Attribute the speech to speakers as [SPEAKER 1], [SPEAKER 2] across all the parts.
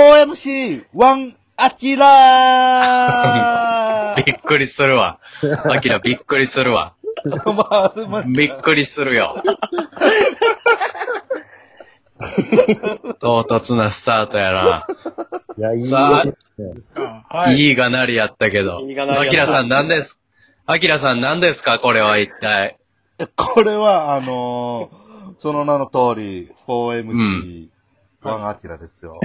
[SPEAKER 1] 4MC1 アキラ ー
[SPEAKER 2] びっくりするわ。アキラびっくりするわ。
[SPEAKER 1] まあまあ
[SPEAKER 2] びっくりするよ。唐突なスタートやな。
[SPEAKER 3] いや、いい
[SPEAKER 2] さ、
[SPEAKER 4] はいい。
[SPEAKER 2] いがなりやったけど。
[SPEAKER 4] いいがなりや
[SPEAKER 2] アキラさん何ですアキラさん何ですかこれは一体。
[SPEAKER 1] これは、あのー、その名の通り、4MC1 アキラです よ。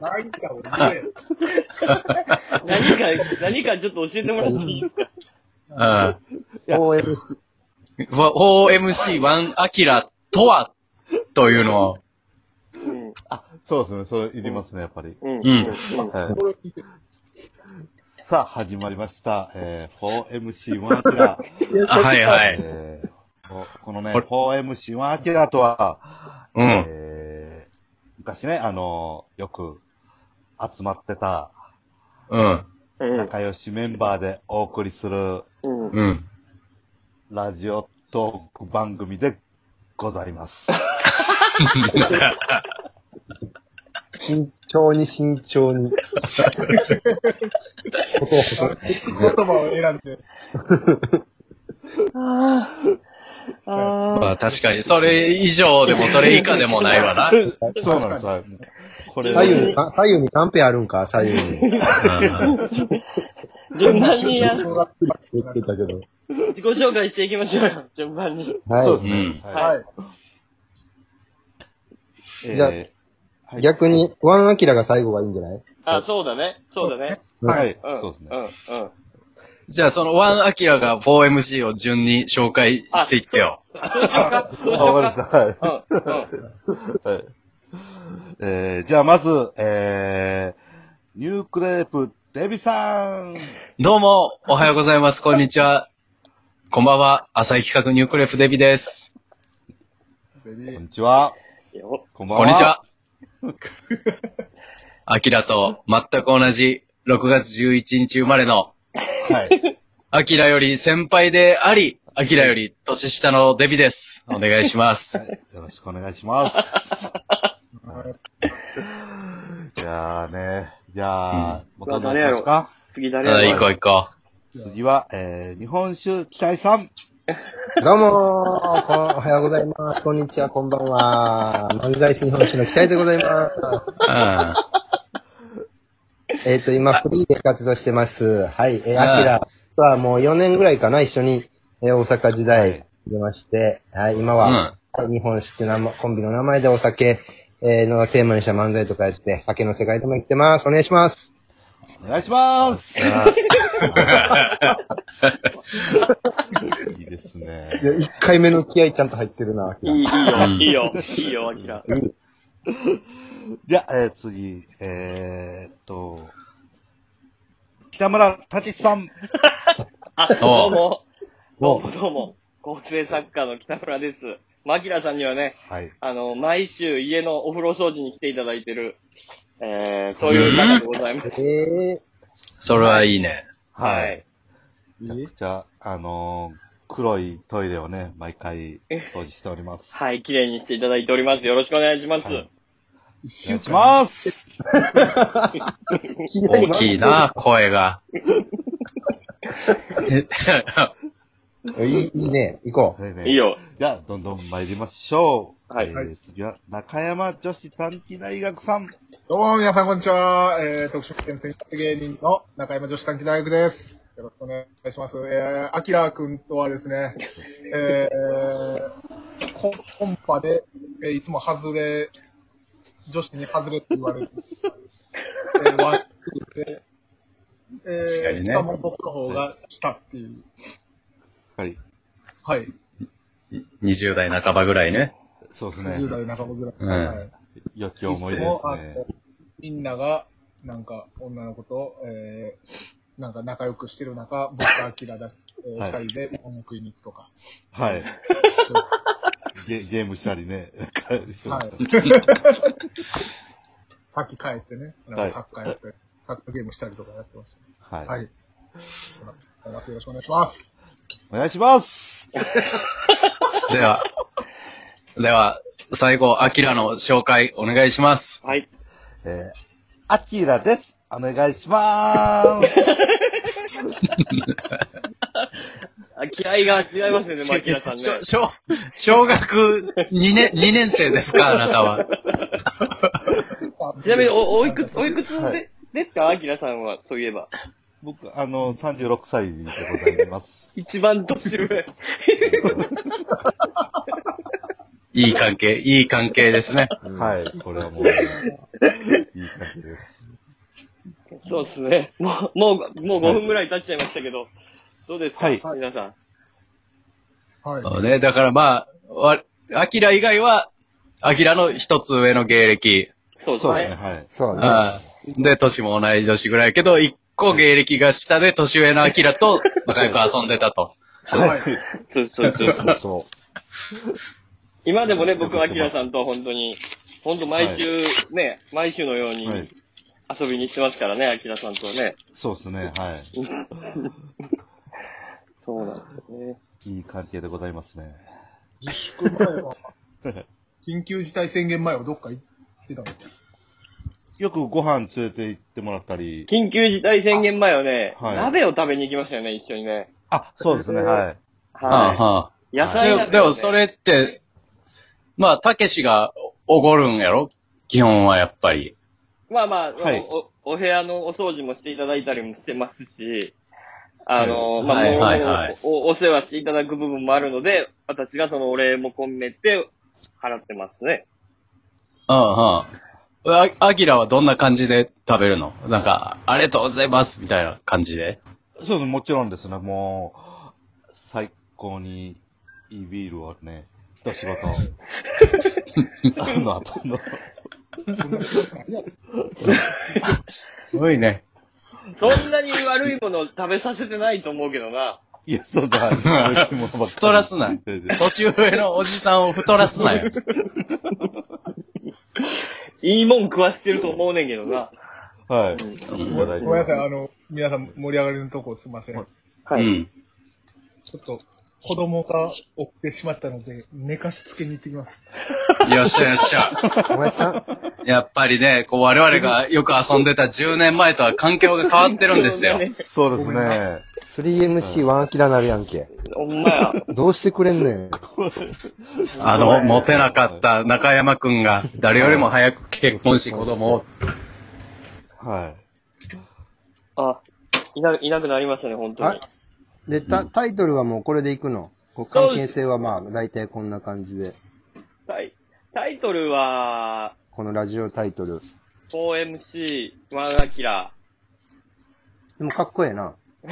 [SPEAKER 4] 何か、何かちょっと教えてもらっていいですか
[SPEAKER 2] うん。わ
[SPEAKER 3] 4MC。
[SPEAKER 2] 4MC1 アキラとはというのを。
[SPEAKER 4] うん。
[SPEAKER 1] そうですね、それいりますね、やっぱり。
[SPEAKER 4] うん。
[SPEAKER 1] はい、さあ、始まりました。えー、4MC1 アキラ。
[SPEAKER 2] あはいはい。
[SPEAKER 1] えーここのね、
[SPEAKER 2] これ
[SPEAKER 1] 4MC1 アキラとは、
[SPEAKER 2] うん
[SPEAKER 1] えー昔ね、あのーよく集まってた
[SPEAKER 2] うん。
[SPEAKER 4] うん。
[SPEAKER 1] 仲良しメンバーでお送りする
[SPEAKER 4] うん。
[SPEAKER 2] うん。
[SPEAKER 1] ラジオトーク番組でございます。
[SPEAKER 3] 慎重に慎重に。ことを細く
[SPEAKER 5] 言葉を選んで。
[SPEAKER 4] あ
[SPEAKER 2] まあ確かに、それ以上でもそれ以下でもないわな。
[SPEAKER 1] そうなんですはい。これ、
[SPEAKER 3] 左右 に、あ左右に何ペあるんか左右に。言
[SPEAKER 2] うん
[SPEAKER 4] あ。順番にや、自
[SPEAKER 3] ってたけど。
[SPEAKER 4] 己紹介していきましょうよ。順番に。
[SPEAKER 1] そうで
[SPEAKER 3] は
[SPEAKER 1] すね。
[SPEAKER 4] ん
[SPEAKER 1] は。
[SPEAKER 5] はいい。
[SPEAKER 1] えー
[SPEAKER 3] じゃあ
[SPEAKER 1] はい
[SPEAKER 3] い。逆に、ワンアキラが最後がいいんじゃない
[SPEAKER 4] あ、そうだね。そうだね。
[SPEAKER 1] はい、
[SPEAKER 4] うん。
[SPEAKER 1] そうですね。
[SPEAKER 4] うん。うん。
[SPEAKER 2] じゃあそのワンアキラが 4MC を順に紹介していってよ。
[SPEAKER 1] あわかりました。はい。
[SPEAKER 4] うん。
[SPEAKER 1] はいえーじゃあまず、えー、ニュークレープデビさん
[SPEAKER 2] どうも、おはようございます。こんにちは。こんばんは。浅井企画ニュークレフデビです。
[SPEAKER 1] こんにちは。
[SPEAKER 4] よ
[SPEAKER 1] こんばんは。
[SPEAKER 2] こんにち。は。アキラと全く同じ6月11日生まれの
[SPEAKER 1] はい。
[SPEAKER 2] アキラより先輩であり、アキラより年下のデビです。お願いします。
[SPEAKER 1] よろしくお願いします。はいいやーね、じゃあ、もうどうなりますか
[SPEAKER 4] 次誰
[SPEAKER 2] あ
[SPEAKER 4] や
[SPEAKER 2] 行こ
[SPEAKER 4] ろ
[SPEAKER 2] う行こ
[SPEAKER 1] 次は、えー、日本酒期待さん。
[SPEAKER 3] どうもーこんおはようございます。こんにちは、こんばんは。漫才師日本酒の期待でございます。
[SPEAKER 2] う。うん
[SPEAKER 3] えっ、と、今、フリーで活動してます。はい。えー、
[SPEAKER 2] あ
[SPEAKER 3] アキラはもう4年ぐらいかな、一緒に、えー大阪時代出まして、はい、今は、はい日本酒っていう名前コンビの名前でお酒、えーのテーマにした漫才とかやって、酒の世界でも生きてます。お願いします。
[SPEAKER 1] お 願いします。いいですね。
[SPEAKER 3] 1回目の気合ちゃんと入ってるな、アキ
[SPEAKER 4] う。いい、いいよ。いいよ。いいよ、アキラ。
[SPEAKER 1] じゃあ、えー、次、えー、っと、北村達さん。
[SPEAKER 4] あ、どうも。どうも、どうも。高生作家の北村です。マキラさんにはね、
[SPEAKER 1] はい。
[SPEAKER 4] あの、毎週家のお風呂掃除に来ていただいてる、えー、そういう方でございます。
[SPEAKER 3] え
[SPEAKER 2] それはいいね。
[SPEAKER 1] はい。めち
[SPEAKER 3] ー
[SPEAKER 1] ゃくちゃ、あのー黒いトイレをね、毎回掃除しております。
[SPEAKER 4] はい、綺麗にしていただいております。よろしくお願いします。
[SPEAKER 1] はいお願いします。
[SPEAKER 2] 大きいな、声が。
[SPEAKER 3] いい、いいね。行こう。
[SPEAKER 1] ね
[SPEAKER 4] いい。よ。
[SPEAKER 1] じゃあ、どんどん参りましょう。
[SPEAKER 4] はい
[SPEAKER 1] えー次は、中山女子短期大学さん。
[SPEAKER 5] どうも皆さんこんにちは。えー、特殊点選出芸人の中山女子短期大学です。よろしくお願いします。えー、アキラくんとはですね、えー、ココンパで、えー、いつも外れ、女子に外れって言われる。えー、ワンクールで、え
[SPEAKER 2] 確かに
[SPEAKER 5] ー、
[SPEAKER 2] ね
[SPEAKER 5] 下も僕の方が下っていう。
[SPEAKER 1] はい。
[SPEAKER 5] はい。
[SPEAKER 2] 20代半ばぐらいね。
[SPEAKER 1] そうです
[SPEAKER 5] 10代
[SPEAKER 1] ね。
[SPEAKER 5] 半ばぐらい。
[SPEAKER 2] うん
[SPEAKER 5] はい
[SPEAKER 1] 余興思い出
[SPEAKER 5] も
[SPEAKER 1] です
[SPEAKER 5] あ
[SPEAKER 1] ね
[SPEAKER 5] の。みんなが、なんか、女の子と、えー、なんか仲良くしてる中、僕とアキラだ、えー、
[SPEAKER 1] は
[SPEAKER 5] 二、
[SPEAKER 1] い
[SPEAKER 5] 人でご飯食いに行くとか。
[SPEAKER 1] はい。ゲゲームしたりね。
[SPEAKER 5] は。
[SPEAKER 1] はい
[SPEAKER 5] さっき帰ってね、な
[SPEAKER 1] は
[SPEAKER 5] ん
[SPEAKER 1] い
[SPEAKER 5] かサッカーやって、サッカーゲームしたりとかやってまし
[SPEAKER 1] い。
[SPEAKER 5] た。はい。よろしくお願いします。
[SPEAKER 1] お願いします。
[SPEAKER 2] では、では、最後、アキラの紹介お願いします。
[SPEAKER 4] はい。
[SPEAKER 1] えー、アキラです。お願いしまー す。
[SPEAKER 4] あ気合が 違いますよね、マキラさんね。
[SPEAKER 2] しょ小学2年、二年生ですか、あなたは。
[SPEAKER 4] ちなみに、お、おいくつ、おいくつで、ですかアキラさんは、といえば。
[SPEAKER 1] 僕、あの、36歳でございます。
[SPEAKER 4] 一番年 上。
[SPEAKER 2] いい関係、いい関係ですね。
[SPEAKER 1] はい、これはもう、いい感じです。
[SPEAKER 4] そうですね。もう、もう、もう5分ぐらい経っちゃいましたけど、どうですか、
[SPEAKER 1] はい
[SPEAKER 4] 皆さん。
[SPEAKER 5] はい。
[SPEAKER 2] そうね。だからまあ、わアキラ以外は、アキラの一つ上の芸歴。
[SPEAKER 4] そうです
[SPEAKER 1] そう
[SPEAKER 4] ね。
[SPEAKER 1] ですね、はい。
[SPEAKER 3] そうね。
[SPEAKER 2] ああで、年も同い年ぐらいやけど、一個芸歴が下で年上のアキラと仲良く遊んでたと。
[SPEAKER 5] はい。
[SPEAKER 4] そうそうそうそう。
[SPEAKER 1] そう。
[SPEAKER 4] 今でもね、僕はアキラさんとは本当に、本当毎週、ね、毎週のように
[SPEAKER 1] はい。
[SPEAKER 4] 遊びにしてますからね、アキラさんとはね。
[SPEAKER 1] そうですね、はい。
[SPEAKER 4] そうなんですね。
[SPEAKER 1] いい関係でございますね。
[SPEAKER 5] 自粛前は、緊急事態宣言前はどっか行ってたんですか
[SPEAKER 1] よくご飯連れて行ってもらったり。
[SPEAKER 4] 緊急事態宣言前はね、
[SPEAKER 1] はい
[SPEAKER 4] 鍋を食べに行きましたよね、一緒にね。
[SPEAKER 1] あ、そうですね、はい。
[SPEAKER 2] は
[SPEAKER 4] は
[SPEAKER 2] あはあ
[SPEAKER 4] い。野菜鍋をね、
[SPEAKER 2] ででもそれって、まあ、たけしがおごるんやろ基本はやっぱり。
[SPEAKER 4] まあまあ、
[SPEAKER 1] はい
[SPEAKER 4] おおお部屋のお掃除もしていただいたりもしてますし、あの、
[SPEAKER 2] はい
[SPEAKER 4] まあ、
[SPEAKER 2] はい
[SPEAKER 4] もう、
[SPEAKER 2] はいはい
[SPEAKER 4] お、お世話していただく部分もあるので、私がそのお礼も込めて払ってますね。
[SPEAKER 2] うんうん。あアキラはどんな感じで食べるのなんか、ありがとうございますみたいな感じで。
[SPEAKER 1] そうですね、もちろんですね、もう、最高にいいビールをね、一仕事。あの後の。
[SPEAKER 2] すごいね。
[SPEAKER 4] そんなに悪いものを食べさせてないと思うけどな。
[SPEAKER 1] いや、そうだ、美味しいものばっかり
[SPEAKER 2] 太らすな。 年上のおじさんを太らすなよ。
[SPEAKER 4] いいもん食わしてると思うねんけどな。
[SPEAKER 1] はい。
[SPEAKER 2] うん
[SPEAKER 1] ごめ
[SPEAKER 5] ごめんなさい、あの、皆さん盛り上がりのとこすいません。
[SPEAKER 1] はい
[SPEAKER 4] は
[SPEAKER 2] う
[SPEAKER 4] い。
[SPEAKER 2] ん。
[SPEAKER 5] ちょっと、子供が起きてしまったので、寝かしつけに行ってきます。
[SPEAKER 2] よっしゃよっしゃ。
[SPEAKER 3] お前さ ん、
[SPEAKER 2] やっぱりね、こう我々がよく遊んでた10年前とは環境が変わってるんですよ。
[SPEAKER 1] そうですね。
[SPEAKER 3] 3MC ワンアキラなるやんけ。
[SPEAKER 4] ほんまや。
[SPEAKER 3] どうしてくれんねん。
[SPEAKER 2] あの、モテなかった中山くんが誰よりも早く結婚し子供を。
[SPEAKER 1] は
[SPEAKER 4] あ、いな、いなくなりましたね、本当
[SPEAKER 3] あ
[SPEAKER 4] に。
[SPEAKER 3] で、タタイトルはもうこれでいくの。こう関係性はまあ、大体こんな感じで。
[SPEAKER 4] タイタイトルは、
[SPEAKER 3] このラジオタイトル。
[SPEAKER 4] 4MC、ワンアキラ。
[SPEAKER 3] でもかっこええな。
[SPEAKER 1] い。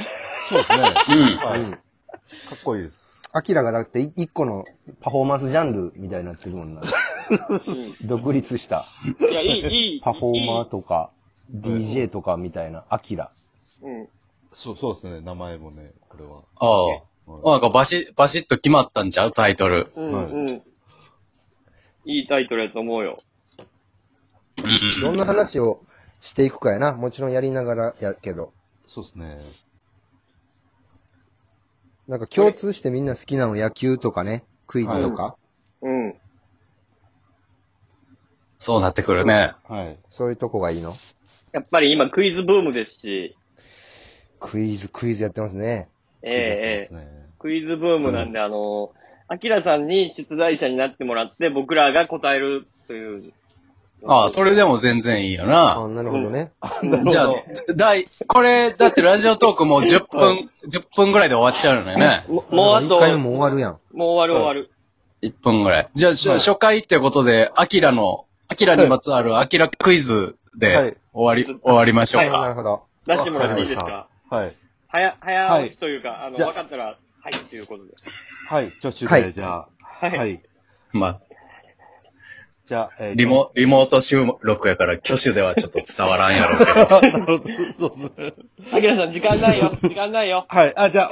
[SPEAKER 1] そうですね。
[SPEAKER 2] うん。
[SPEAKER 1] は
[SPEAKER 3] う
[SPEAKER 1] い。
[SPEAKER 3] ん
[SPEAKER 1] かっこいいです。
[SPEAKER 3] アキラがだってい一個のパフォーマンスジャンルみたいになってるもんな。独立した
[SPEAKER 4] いや、いい、いい。
[SPEAKER 3] パフォーマ
[SPEAKER 4] い
[SPEAKER 3] ーとか、DJ とかみたいな、アキラ。
[SPEAKER 4] いうん。
[SPEAKER 1] そう、そうですね、名前もね、これは。
[SPEAKER 2] ああ。なんかバシッ、バシッと決まったんちゃうタイトル。
[SPEAKER 4] うん、うん。いいタイトルやと思うよ。
[SPEAKER 2] うん
[SPEAKER 3] どんな話をしていくかやな。もちろんやりながらやけど。
[SPEAKER 1] そうですね。
[SPEAKER 3] なんか共通してみんな好きなの野球とかね、クイズとか、
[SPEAKER 4] うん。
[SPEAKER 2] そうなってくるね。
[SPEAKER 1] はい。
[SPEAKER 3] そういうとこがいいの
[SPEAKER 4] やっぱり今クイズブームですし、
[SPEAKER 3] クイズ、クイズやってますね。
[SPEAKER 4] ええええ
[SPEAKER 1] そうですね
[SPEAKER 4] クイズブームなんで、あの、アキラさんに出題者になってもらって、僕らが答えるという。
[SPEAKER 2] ああ、それでも全然いいよな。
[SPEAKER 3] あなるほどね。
[SPEAKER 2] じゃあ、だい、これ、だってラジオトークもう10分、10分ぐらいで終わっちゃうのよね。
[SPEAKER 4] ももうあ
[SPEAKER 3] 一
[SPEAKER 4] と、
[SPEAKER 3] 回目も終わるやん。
[SPEAKER 4] もう終わる終わる。
[SPEAKER 2] 1分ぐらい。じゃあ、し初回ってことで、アキラの、アキラにまつわるアキラクイズ
[SPEAKER 1] はい
[SPEAKER 2] で終わり、終わりましょう
[SPEAKER 3] な
[SPEAKER 2] か。
[SPEAKER 3] るほど。
[SPEAKER 4] 出してもらっていいです
[SPEAKER 1] わり
[SPEAKER 4] か
[SPEAKER 1] ましたはい。
[SPEAKER 4] はや、はや押しというか、あの、
[SPEAKER 1] じゃあ
[SPEAKER 4] 分かったら、はい、ということで。
[SPEAKER 1] はい、挙手
[SPEAKER 3] はい
[SPEAKER 1] で、じゃあ。
[SPEAKER 4] は。
[SPEAKER 1] はいい。
[SPEAKER 2] まあ、
[SPEAKER 1] じゃあ、えー
[SPEAKER 2] リモ、リモート収録やから挙手ではちょっと伝わらんやろうけど。
[SPEAKER 1] なるほどそうですね
[SPEAKER 4] アキラさん、時間ないよ。時間ないよ。
[SPEAKER 1] はい。あ、じゃ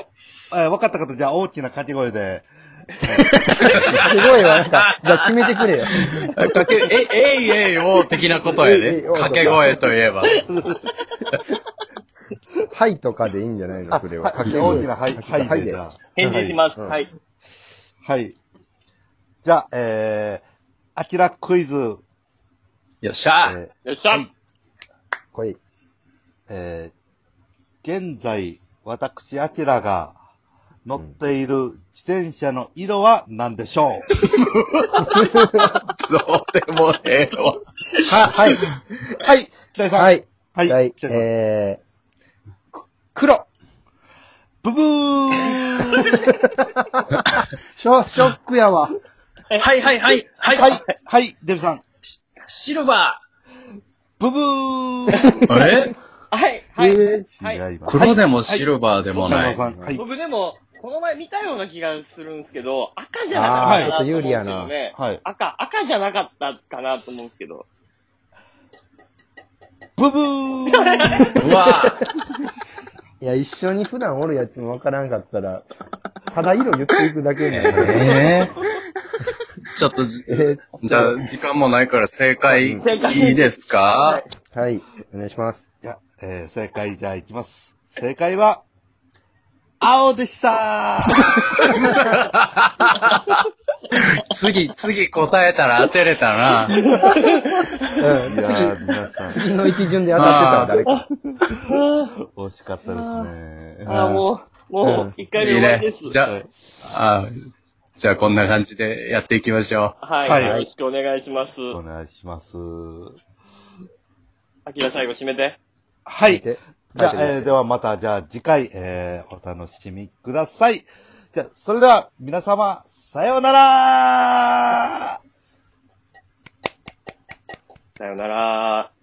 [SPEAKER 1] あ、えーわかった方、じゃあ大きな掛け声で。
[SPEAKER 3] すごいわ、なんか。じゃあ決めてくれよ。
[SPEAKER 2] かけ、え、えいえいおー的なことや
[SPEAKER 3] えいえ
[SPEAKER 2] で。
[SPEAKER 3] いおーとか
[SPEAKER 2] 掛け声といえば。
[SPEAKER 3] はいとかでいいんじゃないのそれは。
[SPEAKER 1] はい大きなはい、
[SPEAKER 3] かけ声
[SPEAKER 1] はいで、
[SPEAKER 3] で
[SPEAKER 1] じゃあ。
[SPEAKER 4] 返事します。
[SPEAKER 3] はい
[SPEAKER 4] はい。
[SPEAKER 1] はい。じゃあ、えー、アキラクイズ、
[SPEAKER 2] よっしゃー、
[SPEAKER 1] えー
[SPEAKER 4] よっしゃ、
[SPEAKER 1] はい
[SPEAKER 3] 来い。
[SPEAKER 1] えー現在、私、アキラが乗っている自転車の色は何でしょう、
[SPEAKER 2] どうでもええわ。
[SPEAKER 1] は、はい。はい、北井さん。
[SPEAKER 3] はい。。
[SPEAKER 1] はい。
[SPEAKER 3] はい。
[SPEAKER 1] 北井さん
[SPEAKER 3] えー、黒。
[SPEAKER 1] ブブー
[SPEAKER 3] ショショックや
[SPEAKER 2] は
[SPEAKER 3] わ。
[SPEAKER 2] いはいはい、はい、
[SPEAKER 1] はい、はい、デブさん。
[SPEAKER 2] シルバ
[SPEAKER 1] ブブー
[SPEAKER 2] ー。え
[SPEAKER 4] はい、はい。
[SPEAKER 3] えー
[SPEAKER 4] はい
[SPEAKER 1] 違います。
[SPEAKER 2] 黒でもシルバーでもな
[SPEAKER 1] はい
[SPEAKER 2] い。
[SPEAKER 1] 北山さんはい。
[SPEAKER 4] 僕でも、この前見たような気がするんですけど、赤じゃなかったかなと思
[SPEAKER 3] あー
[SPEAKER 4] うんですけ
[SPEAKER 3] ちょ
[SPEAKER 4] ど
[SPEAKER 3] っと有
[SPEAKER 4] ね。
[SPEAKER 1] はい。
[SPEAKER 4] 赤、赤じゃなかったかなと思うんですけど。
[SPEAKER 1] ブブー
[SPEAKER 2] うわ
[SPEAKER 3] いや、一緒に普段おるやつもわからんかったら、ただ色言っていくだけにな
[SPEAKER 2] ぁ。
[SPEAKER 3] る。
[SPEAKER 2] えー、ちょっとじ、
[SPEAKER 3] えー
[SPEAKER 2] じゃあ、時間もないから正解
[SPEAKER 4] 正解
[SPEAKER 2] いいですか
[SPEAKER 3] はい。お願いします。
[SPEAKER 1] じゃ、えー、正解じゃあいきます。正解は、青でしたー
[SPEAKER 2] 次、次答えたら当てれたな。
[SPEAKER 3] うん
[SPEAKER 1] い。やー、皆さ
[SPEAKER 3] 次の一巡で当たってたら誰か。
[SPEAKER 1] ん、惜しかったですね。
[SPEAKER 4] ああ、もう、もう、一
[SPEAKER 2] い
[SPEAKER 4] 回
[SPEAKER 2] い
[SPEAKER 4] で終わり
[SPEAKER 2] ね
[SPEAKER 4] です。。
[SPEAKER 2] じゃあ、あじゃあこんな感じでやっていきましょ
[SPEAKER 4] はい、
[SPEAKER 1] はい
[SPEAKER 4] よろしくお願いします。
[SPEAKER 1] お願いします。
[SPEAKER 4] アキラ最後締めて。
[SPEAKER 1] はい。
[SPEAKER 3] で
[SPEAKER 1] じゃあ、えーではまた、じゃあ次回、えー、お楽しみください。じゃあ、それでは、皆様、さようなら
[SPEAKER 4] さよなら。